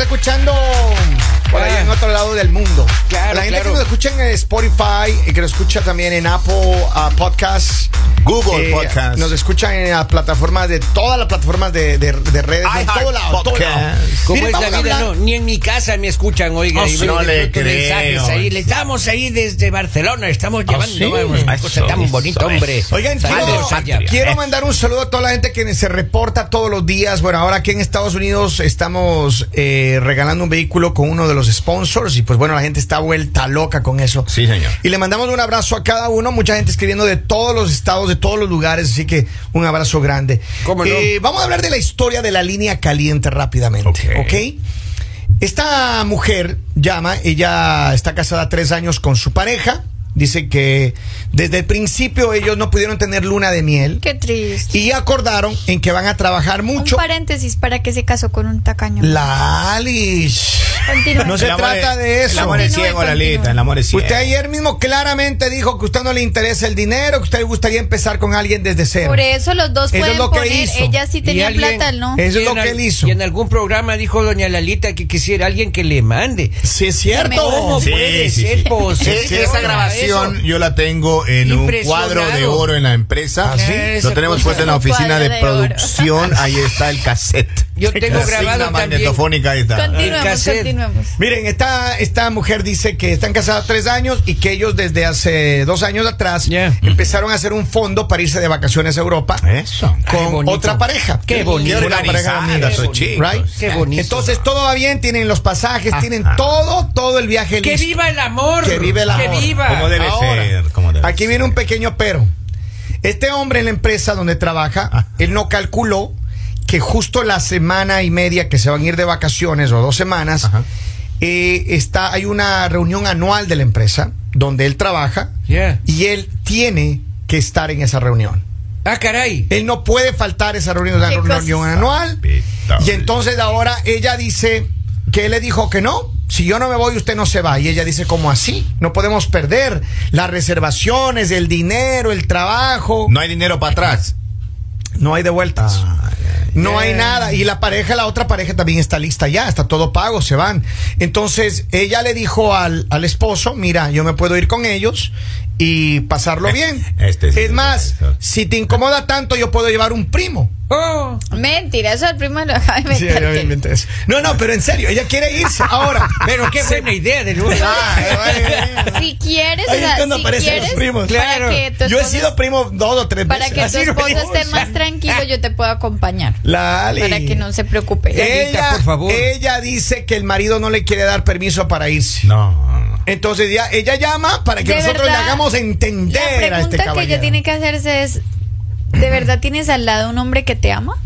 escuchando por ahí Ah. en otro lado del mundo. Claro, la gente claro. que nos escucha en eh, Spotify y que nos escucha también en Apple ah, Podcasts. Google eh, Podcast. Nos escuchan en las plataformas de todas las plataformas de, de- de redes. En iHeart todo lado, todo Podcast. lado. ¿Cómo Miren, es vamos la a vida? No, hablar- ni en mi casa me escuchan, oiga. No, y veo no de le pronto creo. mensajes ahí. Les damos ahí desde Barcelona. Estamos Ah, sí. llevando vamos, una cosa Eso, tan eso, bonita, eso. hombre. Oigan, Sal- quiero- Dios, allá. Quiero mandar un saludo a toda la gente que se reporta todos los días. Bueno, ahora aquí en Estados Unidos estamos eh, regalando un vehículo con uno de los sponsors y pues bueno, la gente está vuelta loca con eso. Sí, señor. Y le mandamos un abrazo a cada uno, mucha gente escribiendo de todos los estados, de todos los lugares, así que un abrazo grande. ¿Cómo no? Eh, vamos a hablar de la historia de la línea caliente rápidamente, ¿ok? Ok. Esta mujer llama, ella está casada tres años con su pareja. Dice que desde el principio ellos no pudieron tener luna de miel Qué triste. y acordaron en que van a trabajar mucho. Un paréntesis para que se casó con un tacaño. La Alice. Continúa. No se El amor trata es- de El eso. amor es Continúe, ciego, continúe. Lalita. El amor es ciego. Usted ayer mismo claramente dijo que a usted no le interesa el dinero, que a usted le gustaría empezar con alguien desde cero. Por eso los dos Eso es pueden lo que poner. hizo. Ella sí Y tenía alguien- plata, él ¿no? Eso es Y lo en que al- él hizo. Y en algún programa dijo doña Lalita que quisiera alguien que le mande. Sí, es ¿Cómo cierto. Sí, puede sí, ser sí. posible? Eh, esa grabación yo la tengo en un Impresionado. cuadro de oro en la empresa. ¿Ah, sí? Lo tenemos Esa puesto en la cosa. oficina de, Cuadro de oro. producción. Ahí está el cassette. Yo tengo La signa grabado también. magnetofónica, ahí está. El Continuemos, cassette. continuemos. Miren, esta, esta mujer dice que están casadas tres años y que ellos desde hace dos años atrás Yeah. empezaron a hacer un fondo para irse de vacaciones a Europa Eso. Qué con bonito. otra pareja. Qué bonito. Una pareja organizada, amiga. esos chicos. Right? Qué bonito. Entonces todo va bien, tienen los pasajes, tienen Ajá. todo, todo el viaje Que listo. viva el amor. Que viva el amor. Que viva. Como debe Ahora, ser. como debe Aquí ser. viene un pequeño pero. Este hombre en la empresa donde trabaja, Ajá. él no calculó que justo la semana y media que se van a ir de vacaciones o dos semanas, Ajá. eh, está, hay una reunión anual de la empresa donde él trabaja Yeah. y él tiene que estar en esa reunión. Ah, caray. Él no puede faltar esa reunión, esa Qué reunión cosas. anual. Pita. Y entonces ahora ella dice que él le dijo que no. Si yo no me voy, usted no se va. Y ella dice, ¿cómo así? No podemos perder las reservaciones, el dinero, el trabajo. No Ah, hay dinero para atrás. No hay de vueltas. No hay Yeah. nada. Y la pareja, la otra pareja también está lista ya, está todo pago, se van. Entonces, ella le dijo al, al esposo, mira, yo me puedo ir con ellos y pasarlo bien. Este sí es es más, eso. si te incomoda tanto, yo puedo llevar un primo. Oh. Mentira, eso al primo lo acaba de Sí, inventar. yo me inventé eso. No, no, pero en serio, ella quiere irse ahora. Pero qué buena idea de nuevo. Ah, eh, eh. Si quieres, Ahí o es sea, cuando si aparecen los quieres, primos. para Claro. que tu Yo he esposo- sido primo dos o tres para veces. que tu Así lo esposo digo. esté más tranquilo, yo te puedo acompañar. La Ali. Para que no se preocupe. Ella, Lalita, por favor. ella dice que el marido no le quiere dar permiso para irse. No, No. no. Entonces ya, ella llama para que De nosotros verdad, le hagamos entender La a este pregunta que caballero. ella tiene que hacerse es, ¿de verdad tienes al lado un hombre que te ama?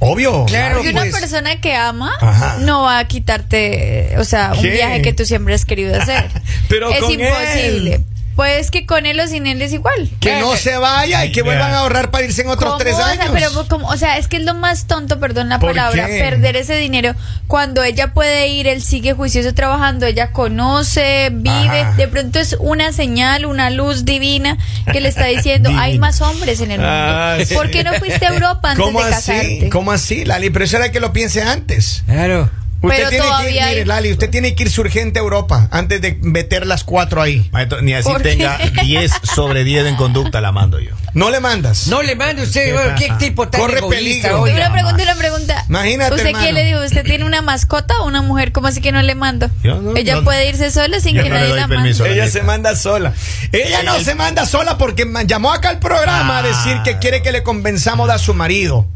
Obvio. Claro. Porque una pues. persona que ama Ajá. no va a quitarte, eh, o sea, un ¿Qué? viaje que tú siempre has querido hacer. Pero es con imposible. él. Pues que con él o sin él es igual. Que no se vaya y que Mira. vuelvan a ahorrar para irse en otros ¿Cómo tres vas a- años. pero como- o sea, es que es lo más tonto, perdón la ¿Por palabra, qué? perder ese dinero cuando ella puede ir, él sigue juicioso trabajando, ella conoce, vive, Ajá. de pronto es una señal, una luz divina que le está diciendo, hay más hombres en el mundo. Ah, sí. ¿Por qué no fuiste a Europa antes ¿Cómo de así? casarte? ¿Cómo así, Lali? Pero eso era que lo piense antes. Claro. Usted Pero tiene que ir, todavía hay- mire, Lali, usted tiene que irse urgente a Europa antes de meter las cuatro ahí. Maestro, ni así ¿Por qué? tenga 10 sobre 10 en conducta, la mando yo. No le mandas. No le mande usted, bueno, qué tipo tan Corre egoísta, peligro. oiga. una pregunta, una pregunta. Imagínate, ¿Usted hermano. qué le dijo? ¿Usted tiene una mascota o una mujer? ¿Cómo así que no le mando? Yo no- ella yo- puede irse sola sin yo que no le nadie doy la permiso. mande. Ella se manda sola. Ella no se manda sola porque ma- llamó acá al programa a decir que quiere que le convenzamos a su marido.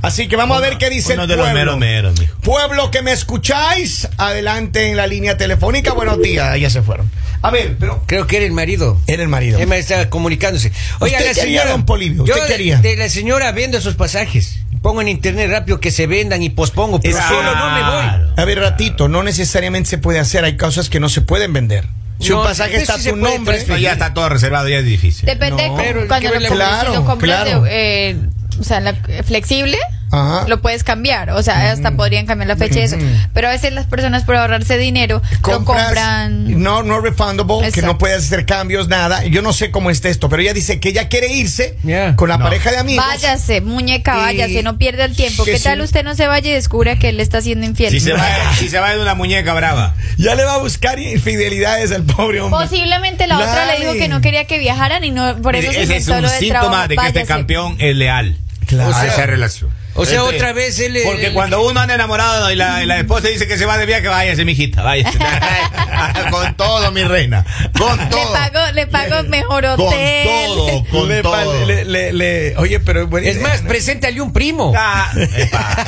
Así que vamos a ver qué dice Uno el de los pueblo. meros meros, mijo. Pueblo que me escucháis, adelante en la línea telefónica. Buenos días, ya se fueron. A ver, pero Creo que era el marido. era el marido. Emma está comunicándose. Oiga, Usted la quería, señora. don Polibio, yo usted de- quería. De, la señora vendo esos pasajes. Pongo en internet rápido que se vendan y pospongo. Pero Es solo que- no me voy. A ver, ratito, no necesariamente se puede hacer, hay cosas que no se pueden vender. Si No, un pasaje pero está a sí se tu puede nombre, No, ya está todo reservado, ya es difícil. Depende No, cu- pero hay cuando que lo verle- compres, si Claro, lo compras de, claro. eh, o sea, la- flexible Ajá. Lo puedes cambiar, o sea, hasta podrían cambiar la fecha y eso. Pero a veces las personas por ahorrarse dinero lo compras compran. No, no refundable, que Exacto. no puedes hacer cambios, nada. Yo no sé cómo está esto, pero ella dice que ella quiere irse Yeah. con la No. pareja de amigos. Váyase, muñeca, Y- váyase, no pierda el tiempo. que ¿Qué tal sí. usted no se vaya y descubra que él le está siendo infiel? Si se, va, si se va de una muñeca brava. Ya le va a buscar infidelidades al pobre hombre. Posiblemente la otra le dijo Lali. que no quería que viajaran y no por eso se Ese es inventó un lo del trabajo. síntoma de que este Váyase. campeón es leal Claro. a esa relación. O sea, Este, otra vez él. Porque él- cuando uno anda enamorado y la, y la esposa dice que se va de viaje, váyase, mijita, váyase. con todo, mi reina. Con Le todo. pago, le pago mejor Con hotel. todo, con Le- todo. le- le- le- oye, pero buena Es idea, más, ¿no? preséntale un primo. Ah, epa.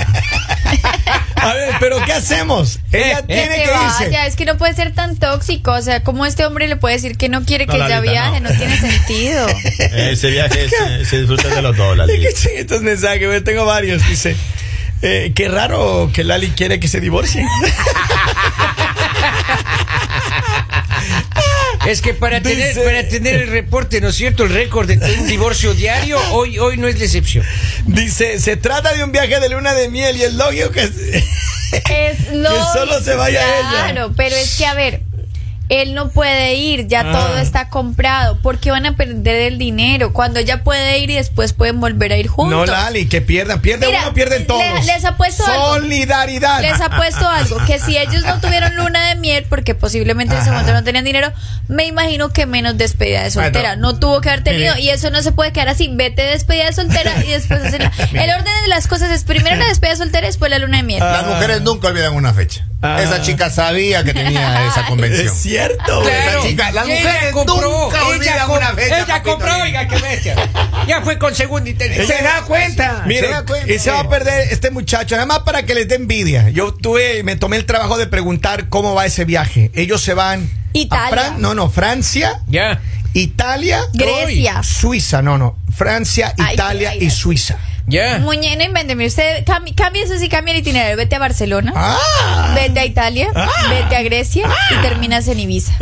a ver, pero ¿qué hacemos? Ella Que tiene Eh, que que irse. vaya, es que no puede ser tan tóxico. O sea, ¿cómo este hombre le puede decir que no quiere No, que ella Lalita, viaje? No. no. tiene sentido. Ese viaje se, se disfruta de los dólares. ¿De qué chingan estos mensajes? Bueno, Tengo varios. Dice, eh, qué raro que Lali quiere que se divorcie. Es que para tener, Dice- para tener el reporte, ¿no es cierto? El récord de un divorcio diario, hoy, hoy no es la excepción. Dice, se trata de un viaje de luna de miel y es lógico que... Es lo solo se vaya ella. Claro, pero es que a ver. Él no puede ir, ya Ah. todo está comprado. ¿Por qué van a perder el dinero? Cuando ella puede ir y después pueden volver a ir No, juntos. Lali, que pierdan. Pierde Mira, uno, pierden le- todos. les apuesto algo. Solidaridad. Ah, Les apuesto algo, que si ellos no tuvieron luna de miel, porque posiblemente en ese momento no tenían dinero, me imagino que menos despedida de soltera. Bueno, no tuvo que haber tenido, mire. y eso no se puede quedar así. Vete de despedida de soltera y después hacer la- El orden de las cosas es primero la despedida de soltera y después la luna de miel. Las mujeres nunca olvidan una fecha. Ah. Esa chica sabía que tenía esa convención. Es cierto. güey. Claro. Esa chica, las Ella mujeres nunca olvidan com- una fecha, ella papito compró, lindo. oiga, qué bestia. Ya fue con segundo y tercero. Ella- Mire, Se da cuenta. y se va a perder este muchacho, nada más para que les dé envidia. Yo tuve, me tomé el trabajo de preguntar cómo va ese viaje. Ellos se van Italia. a Fran- no, no, Francia, Ya. Italia, Grecia. Suiza, no, no, Francia, Ay, Italia ay, y ay. Suiza. Ya. Muñeca, invénteme. Usted cambi- cambia eso sí, cambia el itinerario. Vete a Barcelona, Ah, vete a Italia, vete a Grecia y terminas en Ibiza.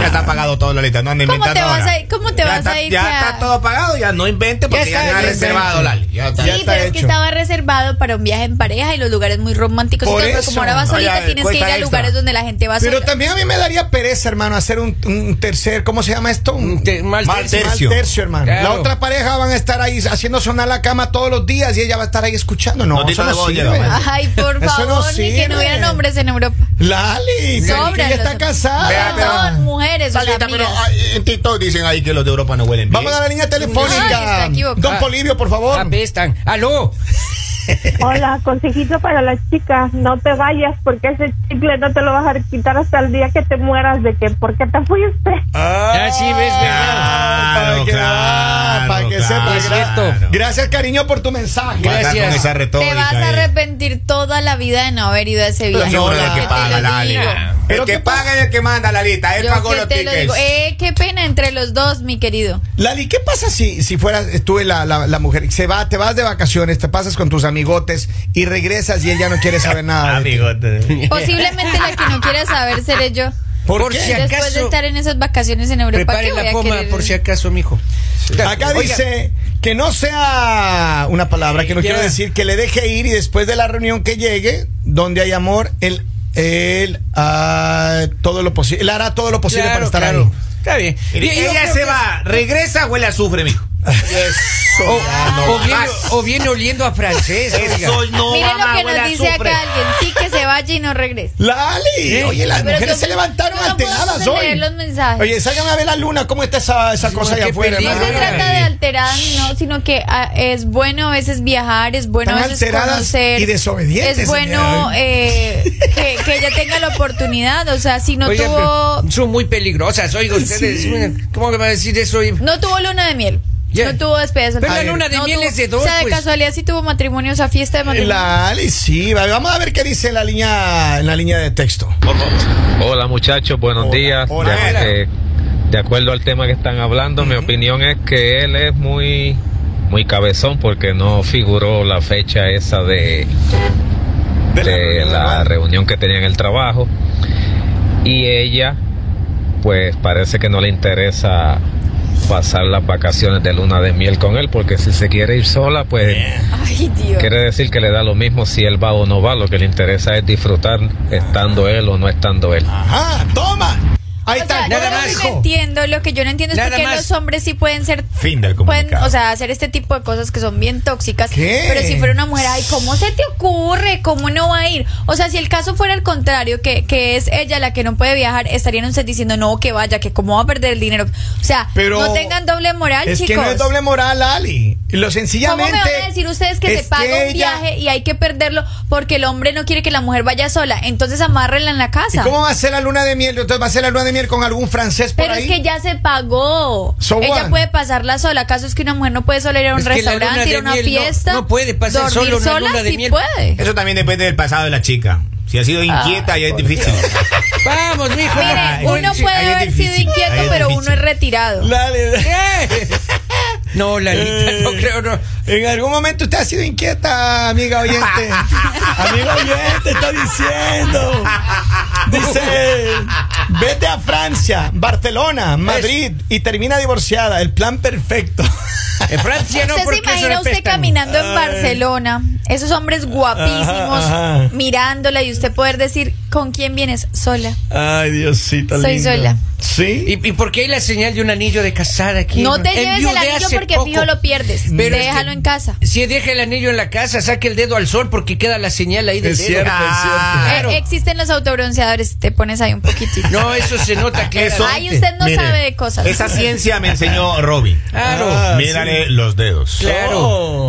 Ya está pagado todo, Lolita. No, no ¿Cómo inventas te vas ahora. a- cómo te Ya vas está- a ir Ya ya? está todo pagado, ya no invente porque está, ya, está ya reservado, invente. Lali. Ya está. Ya Sí, pero es que hecho. estaba reservado para un viaje en pareja y los lugares muy románticos. y Por todo, pero eso. como ahora vas No, solita, ya, tienes que ir cuesta a extra. lugares donde la gente va pero sola. también a mí me daría pereza, hermano, hacer un, un tercer, ¿cómo se llama esto? Un Un te- mal Mal tercio. mal tercio, hermano. Claro. La otra pareja van a estar ahí haciendo sonar la cama todos los días y ella va a estar ahí escuchando. No, Notita eso no de voz, sirve. ya, hermano. Ay, por Eso no favor, ni que sirve. no hubieran hombres en Europa. Lali, Sobran. que ella los está hombres. casada. Son todas mujeres, o sea, Lalita, pero amigas. ay, en TikTok dicen ahí que los de Europa no huelen bien. Vamos a la línea Ay, está telefónica. equivocado. Don Polivio, por favor. Apestan. Ah, Aló. Hola, consejito para las chicas, no te vayas porque ese chicle no te lo vas a quitar hasta el día que te mueras de que porque te fuiste. Ah, sí, ves, Ah, Claro, para que- claro, para que claro. sepa. Es cierto. Gracias, cariño, por tu mensaje. Basta Gracias. con esa retórica. Te vas a eh. arrepentir toda la vida de no haber ido a ese viaje. Yo no, soy la- el Yo que te paga, lo Lali. digo. Pero El ¿qué que pasa? paga es el que manda, Lalita. Él Yo pagó que los te lo digo. tickets. Eh, qué pena entre los dos, mi querido. Lali, ¿qué pasa si, si fueras tú la, la, la mujer? Se va, te vas de vacaciones, te pasas con tus amigotes y regresas y él ya no quiere saber nada. de ti. Amigote. Pues Posiblemente la que no quiere saber seré yo. ¿Por Por qué? si Después de acaso- estar en esas vacaciones en Europa, ¿qué Preparen voy la a poma querer? por si acaso, mijo. Acá Oiga, dice que no sea una palabra, que no Ya. quiero decir, que le deje ir y después de la reunión que llegue, donde hay amor, él, él, ah, todo lo posible, él hará todo lo posible claro, para estar claro. ahí. Está bien. Y- y yo Ella creo se que- va, regresa, huele a azufre, mijo. O, Eso. ya no o viene, más. o viene oliendo a francés. oiga. Eso no Miren mamá, lo que huele a nos dice azufre. acá alguien. Sí, que se vaya y no regrese. Lali, ¿Eh? oye, las Pero mujeres yo- se levantaron yo no puedo alteradas leer hoy. los mensajes. Oye, salgan a ver la luna, ¿cómo está esa, esa cosa allá qué afuera? peligro. No se hermano? Ay. trata de alteradas, no, sino que ah, es bueno a veces viajar, es bueno a Están veces alteradas conocer. y desobedientes, Es bueno señora. eh, que, que ella tenga la oportunidad, o sea, si no Oiga, tuvo pero son muy peligrosas. Oiga, ustedes. una- ¿Cómo que van a decir eso? Y- no tuvo luna de miel. Ya. No tuvo despedida. Pero la soltera. luna de No miel tuvo- es de dos, O sea, de pues. casualidad sí tuvo matrimonio, o sea, fiesta de matrimonio. Lali, sí, va- vamos a ver qué dice en la línea, en la línea de texto. Hola muchachos, buenos Hola, días. hola. de, Hola. eh, de acuerdo al tema que están hablando, mi opinión es que él es muy, muy cabezón porque no figuró la fecha esa de, De la de reunión, la ¿no? reunión que tenía en el trabajo. Y ella, pues parece que no le interesa pasar las vacaciones de luna de miel con él, porque si se quiere ir sola, pues Ay, Dios. quiere decir que le da lo mismo si él va o no va, lo que le interesa es disfrutar estando Ah. él o no estando él. Ajá, toma. Ahí O sea, está. yo nada lo más, que no hijo. entiendo, lo que yo no entiendo es Nada por qué más. los hombres sí pueden ser Fin del pueden, comunicado. Pues, o sea, hacer este tipo de cosas que son bien tóxicas, ¿Qué? pero si fuera una mujer, ay, ¿cómo se te ocurre? ¿Cómo no va a ir? O sea, si el caso fuera al contrario, que, que es ella la que no puede viajar, estarían ustedes diciendo, "No, que vaya, que cómo va a perder el dinero." O sea, Pero no tengan doble moral, es chicos. que no es doble moral, Ali. Lo ¿Cómo me sencillamente. van a decir ustedes que es se paga un ella- viaje y hay que perderlo porque el hombre no quiere que la mujer vaya sola? Entonces amárrenla en la ¿Y casa. cómo va a ser la luna de miel? Entonces va a ser la luna de miel con algún francés por Pero ahí. es que ya se pagó. So Ella what? puede pasarla sola. ¿Acaso es que una mujer no puede sola ir a un Es que la luna restaurante, de ir a una miel no- fiesta? no puede pasar dormir sola una sola, luna de sí miel. puede. Eso también depende del pasado de la chica. Si ha sido inquieta, ya es difícil. Vamos, mijo. Mire, no- uno ahí puede es haber sido difícil, inquieto, ahí es pero difícil. uno es retirado. ¿Qué? No, Lalita, Eh. no creo, no. Eh, En algún momento usted ha sido inquieta, amiga oyente. amiga oyente está diciendo. Dice, vete a Francia, Barcelona, Madrid y termina divorciada. El plan perfecto. En Francia no, usted se porque eso imagina era usted préstamo. caminando en Barcelona, esos hombres guapísimos Ajá, ajá. mirándola y usted poder decir, ¿con quién vienes? Sola. Ay, Diosito Soy lindo. sola. Sí. ¿Y, ¿Y por qué hay la señal de un anillo de casada aquí? No te lleves el Enviudé anillo hace porque poco. fijo lo pierdes. Pero es Déjalo que- en casa. Si deja el anillo en la casa, saque el dedo al sol porque queda la señal ahí del Es dedo. cierto, Ah. Eh, es claro. existen los autobronceadores, te pones ahí un poquitito. No, eso se nota Eso- claramente. Ay, usted no Mire, sabe de cosas. Esa ciencia me enseñó Robin. Claro. Ah, Mírale los dedos. Claro.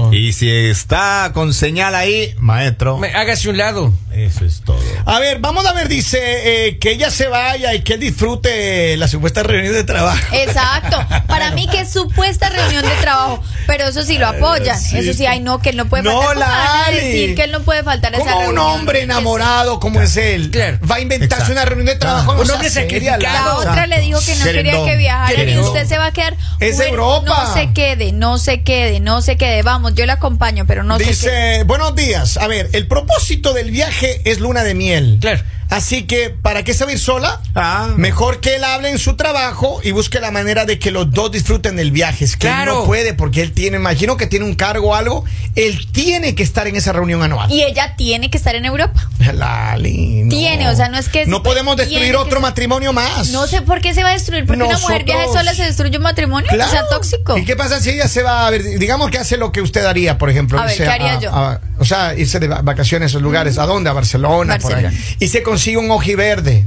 Oh. Y si está con señal ahí, maestro. Me- hágase un lado. Eso es todo. cierto. A ver, vamos a ver, dice eh, que ella se vaya y que él disfrute la supuesta reunión de trabajo. Eh, Exacto. Para mí que es supuesta reunión de trabajo, pero eso sí lo apoyan. Eso sí, ay no, que él no puede No, faltar. ¿Cómo la van a Ale. decir que él no puede faltar a esa Como reunión? un hombre enamorado como es él Claro. Ah. va a inventarse Exacto. una reunión de trabajo? Un No hombre sea seria, La sacrificado. Laura. otra le dijo que no quería Querendón. que viajara y Querendón. usted se va a quedar. Es bueno, Europa. No se quede, no se quede, no se quede. Vamos, yo la acompaño, pero no se quede. Dice, buenos días. A ver, el propósito del viaje es luna de miel. Claro. Así que, ¿para qué salir sola? Ah. Mejor que él hable en su trabajo y busque la manera de que los dos disfruten del viaje. Es que él Claro. no puede porque él tiene, imagino que tiene un cargo o algo. Él tiene que estar en esa reunión anual. Y ella tiene que estar en Europa. Lali, no. Tiene, o sea, no es que- No podemos destruir tiene que otro ser- matrimonio más. No sé por qué se va a destruir, porque una mujer Nosotros- viaje sola se destruye un matrimonio, Claro. o sea, tóxico. ¿Y qué pasa si ella se va a ver? Digamos que hace lo que usted haría, por ejemplo. A ver, irse ¿qué haría yo? o sea, irse de va- vacaciones a esos lugares. ¿A dónde? A Barcelona, por Barcelona. allá. Y se consigue un ojiverde.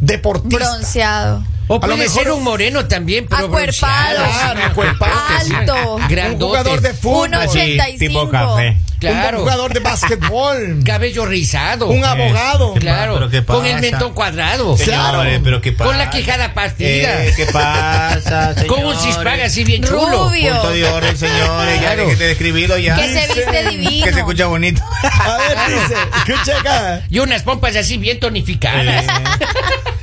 Deportista. Bronceado. O A lo puede mejor- ser un moreno también, pero Acuerpado. bronceado. Ah, Claro, acuerpado, sí. Alto. Un Grandote. jugador de fútbol. Uno un ochenta y tipo cinco. café. buen Claro. jugador de básquetbol. Cabello rizado. un abogado. Qué Claro. Pero qué Con pasa. el mentón cuadrado. Sí. Señores, pero qué pasa. Con la quijada partida. Eh, ¿Qué pasa, señores? Con un cispaga así bien chulo. Rubio. Punto de orden, señores. Ya Claro. que te describirlo ya. Que se viste divino. Que se escucha bonito. A ver, dice, escucha acá. Y unas pompas así bien tonificadas.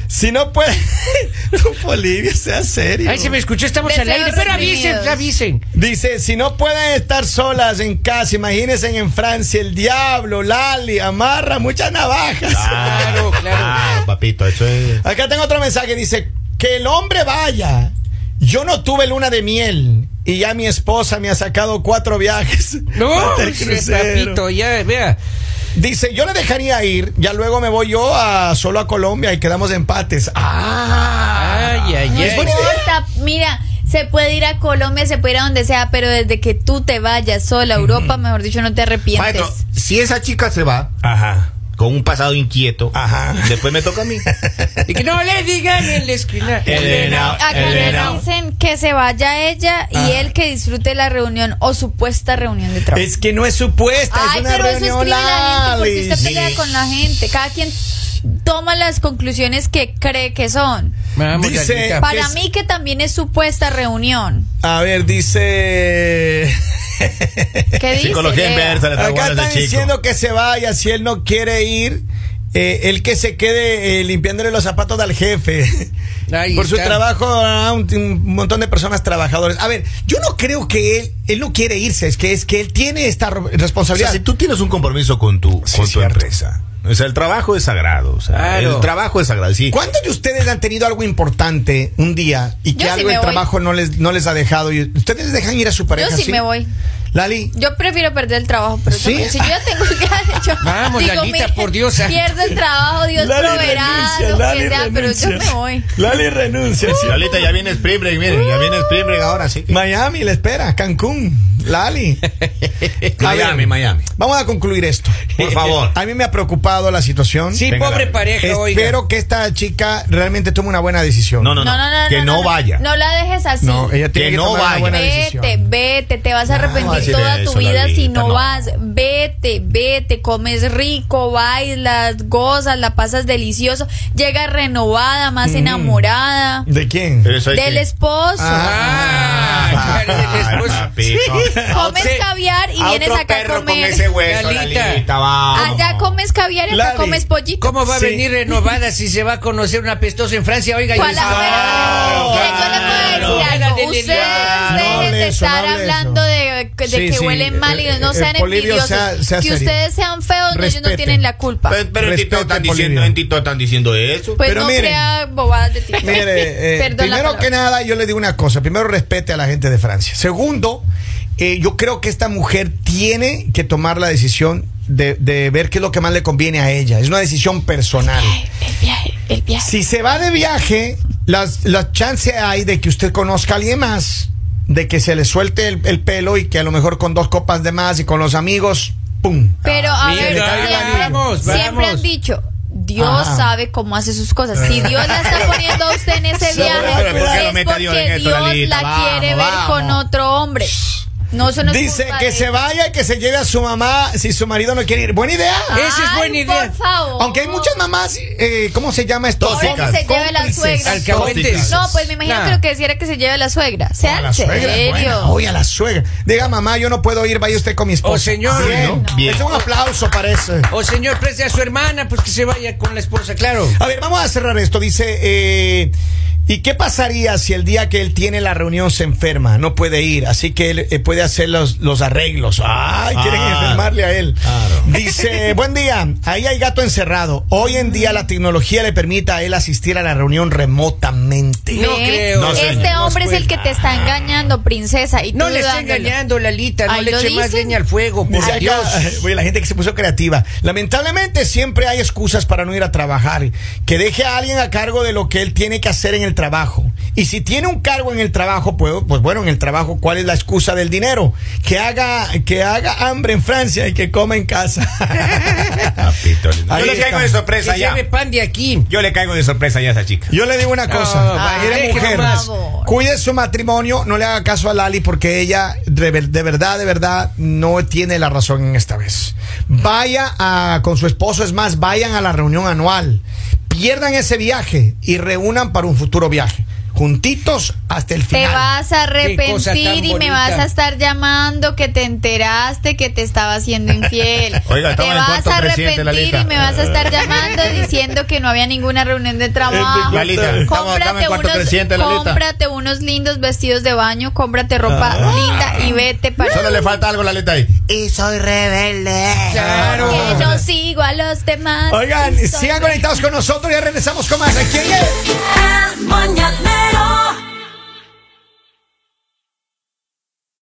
Si no puede. tu Bolivia, sea serio. Ay, se me escuchó, estamos Deseos al aire. Pero avisen, reprimidos. avisen. Dice, si no pueden estar solas en casa, imagínense en Francia, el diablo, Lali, amarra muchas navajas. Claro, claro. Ah, papito, eso es. Acá tengo otro mensaje, dice, que el hombre vaya. Yo no tuve luna de miel y ya mi esposa me ha sacado cuatro viajes. No, Hasta el ese crucero. papito, ya, vea. Dice, yo le dejaría ir, ya luego me voy yo a solo a Colombia y quedamos empates. Ah, Ay, ay, No ay. importa, mira, se puede ir a Colombia, se puede ir a donde sea, pero desde que tú te vayas sola a Europa, mejor dicho, no te arrepientes. Maestro, si esa chica se va Ajá. con un pasado inquieto, Ajá. después me toca a mí. Y que no le digan en la esquina. Elena, Acá Elena. nos dicen que se vaya ella y Ah. él que disfrute la reunión o supuesta reunión de trabajo. es que no es supuesta, Ay, es una pero eso reunión, escribe la gente porque Lali. usted pelea con la gente. Cada quien toma las conclusiones que cree que son. Vamos, Dice- Lalita. que Para es- mí que también es supuesta reunión. A ver, dice. ¿Qué dice? Psicología Lea. inversa, le está Acá jugando a están ese chico. diciendo que se vaya si él no quiere ir. eh, el que se quede eh, limpiándole los zapatos al jefe. Ahí Por su está. trabajo, ah, un, un montón de personas trabajadoras. A ver, yo no creo que él, él no quiere irse, es que es que él tiene esta ro- O sea, responsabilidad. si tú tienes un compromiso con tu, Sí, con es tu cierto. empresa O sea, el trabajo es sagrado. o sea, Claro. El trabajo es sagrado. Sí. ¿Cuántos de ustedes han tenido algo importante un día y que Yo sí algo me el voy. trabajo no les, no les ha dejado? Y ¿Ustedes dejan ir a su pareja? Yo sí me voy. Lali, Yo prefiero perder el trabajo, pero ¿Sí? también, si yo ya tengo que yo Vamos, Lalita, mira, por Dios. Pierdo el trabajo, Dios proveerá, lo que sea, pero yo me voy. Lali renuncia. sí. Lolita, ya viene Spring Break, miren, ya viene Spring Break ahora, sí. que- Miami le espera, Cancún, Lali. A ver, Miami, Miami. Vamos a concluir esto. Por favor. A mí me ha preocupado la situación. Sí, Venga, pobre dale. pareja, Espero oiga. que esta chica realmente tome una buena decisión. No, no, no. que no, vaya. No la dejes así. No, ella tiene Que que, no tomar una vaya. buena decisión. Vete, vete, te vas a arrepentir decirle toda tu eso a la vida si Lalita, no, no. vas. Vete, vete, comes rico, bailas, gozas, la pasas delicioso, llegas renovada, Mm. más enamorada ¿De quién? Pero eso hay del que- esposo. Ah, claro, del Ay, esposo. papito. Comes Sí. caviar y A vienes otro acá a perro comer. con ese hueso, Lalita. Lalita, vamos. Allá comes caviar y acá Ah, Lali. comes pollito. ¿Cómo va a Sí. venir renovada si se va a conocer una apestosa en Francia? Oiga, yo ¿Cuál la Claro, Mira, yo le puedo decir claro. algo. Ustedes Claro, no dejen hable de eso, no estar hable hablando eso. de, de Sí, que sí, huelen mal y eh, no eh, sean Polibio, envidiosos. sea- sea que serio. ustedes sean feos, no, ellos no Respeten. tienen la culpa. Pero, pero en TikTok Respeten, están Bolivia. diciendo, en TikTok están diciendo eso. Pues Pero no miren, crea bobadas de ti. Mire, eh, Perdón la primero palabra. que nada, yo le digo una cosa. Primero, respete a la gente de Francia. Segundo, eh, yo creo que esta mujer tiene que tomar la decisión de, de ver qué es lo que más le conviene a ella. Es una decisión personal. El viaje, el viaje. Si se va de viaje, las, las chances hay de que usted conozca a alguien más, de que se le suelte el, el pelo y que a lo mejor con dos copas de más y con los amigos, ¡pum! Pero a Mira, ver, ahí siempre, vamos, siempre vamos. han dicho. Dios Ajá. sabe cómo hace sus cosas. Si Dios la está poniendo a usted en ese Pero, viaje, pero, ¿por qué lo es mete a Dios en porque esto, Dios Lalita? la quiere ver Vamos, con vamos. otro hombre. No, eso no es Dice culpa que de se ella. vaya y que se lleve a su mamá si su marido no quiere ir. Buena idea. Esa es buena Ay, idea. Por favor. Aunque hay muchas mamás, eh, ¿cómo se llama esto? Ahora que se lleve la Cómplices. suegra. Alcahuetes. No, pues me imagino Nah. que lo que decía era que se lleve la suegra. A Sean la suegra, es buena. serios. Oye, a la suegra. Diga, mamá, yo no puedo ir, vaya usted con mi esposa. Oh, señor. Bien, Sí, ¿no? Bien. Es un aplauso para eso. O señor, preste a su hermana, pues que se vaya con la esposa, claro. A ver, vamos a cerrar esto. Dice, eh, ¿y qué pasaría si el día que él tiene la reunión se enferma? No puede ir, así que él eh, puede hacer los, los arreglos. Ay, quieren Ah, enfermarle a él. claro. Dice, buen día, ahí hay gato encerrado. Hoy en día la tecnología le permite a él asistir a la reunión remotamente. No Ve, creo. No, este señor. hombre es el que te está engañando, princesa. Y No tú le está dándolo. engañando, Lalita, no Ay, le ¿lo eche más dicen? leña al fuego, por Dice acá, Dios. oye, la gente que se puso creativa. Lamentablemente siempre hay excusas para no ir a trabajar. Que deje a alguien a cargo de lo que él tiene que hacer en el trabajo. Y si tiene un cargo en el trabajo, pues, pues bueno, en el trabajo, ¿cuál es la excusa del dinero? Que haga, que haga hambre en Francia y que coma en casa. Papito, lindo. Ahí Yo le está. caigo de sorpresa Que ya. lleve pan de aquí. Yo le caigo de sorpresa ya a esa chica. Yo le digo una No, cosa, vaya, mire, deje mujer, nomás. cuide su matrimonio, no le haga caso a Lali porque ella de, ver- de verdad, de verdad no tiene la razón en esta vez. Vaya a, con su esposo, es más, vayan a la reunión anual, pierdan ese viaje y reúnan para un futuro viaje, juntitos hasta el Te final. vas a cosa tan arrepentir y me bonita. vas a estar llamando que te enteraste que te estaba haciendo infiel. Oiga, te estamos en el vas cuarto a 300 la arrepentir lista. y me vas a estar llamando diciendo que no había ninguna reunión de trabajo. La lista, estamos- estamos en Cómprate cuarto unos, 300 la lista. cómprate unos lindos vestidos de baño, cómprate ropa linda y vete para Ah. Solo le falta algo a Lalita ahí. Y soy rebelde. Claro. que yo sigo a los demás. Oigan, Y soy sigan feliz. conectados con nosotros, ya regresamos con más. ¿A quién es? El mañanero.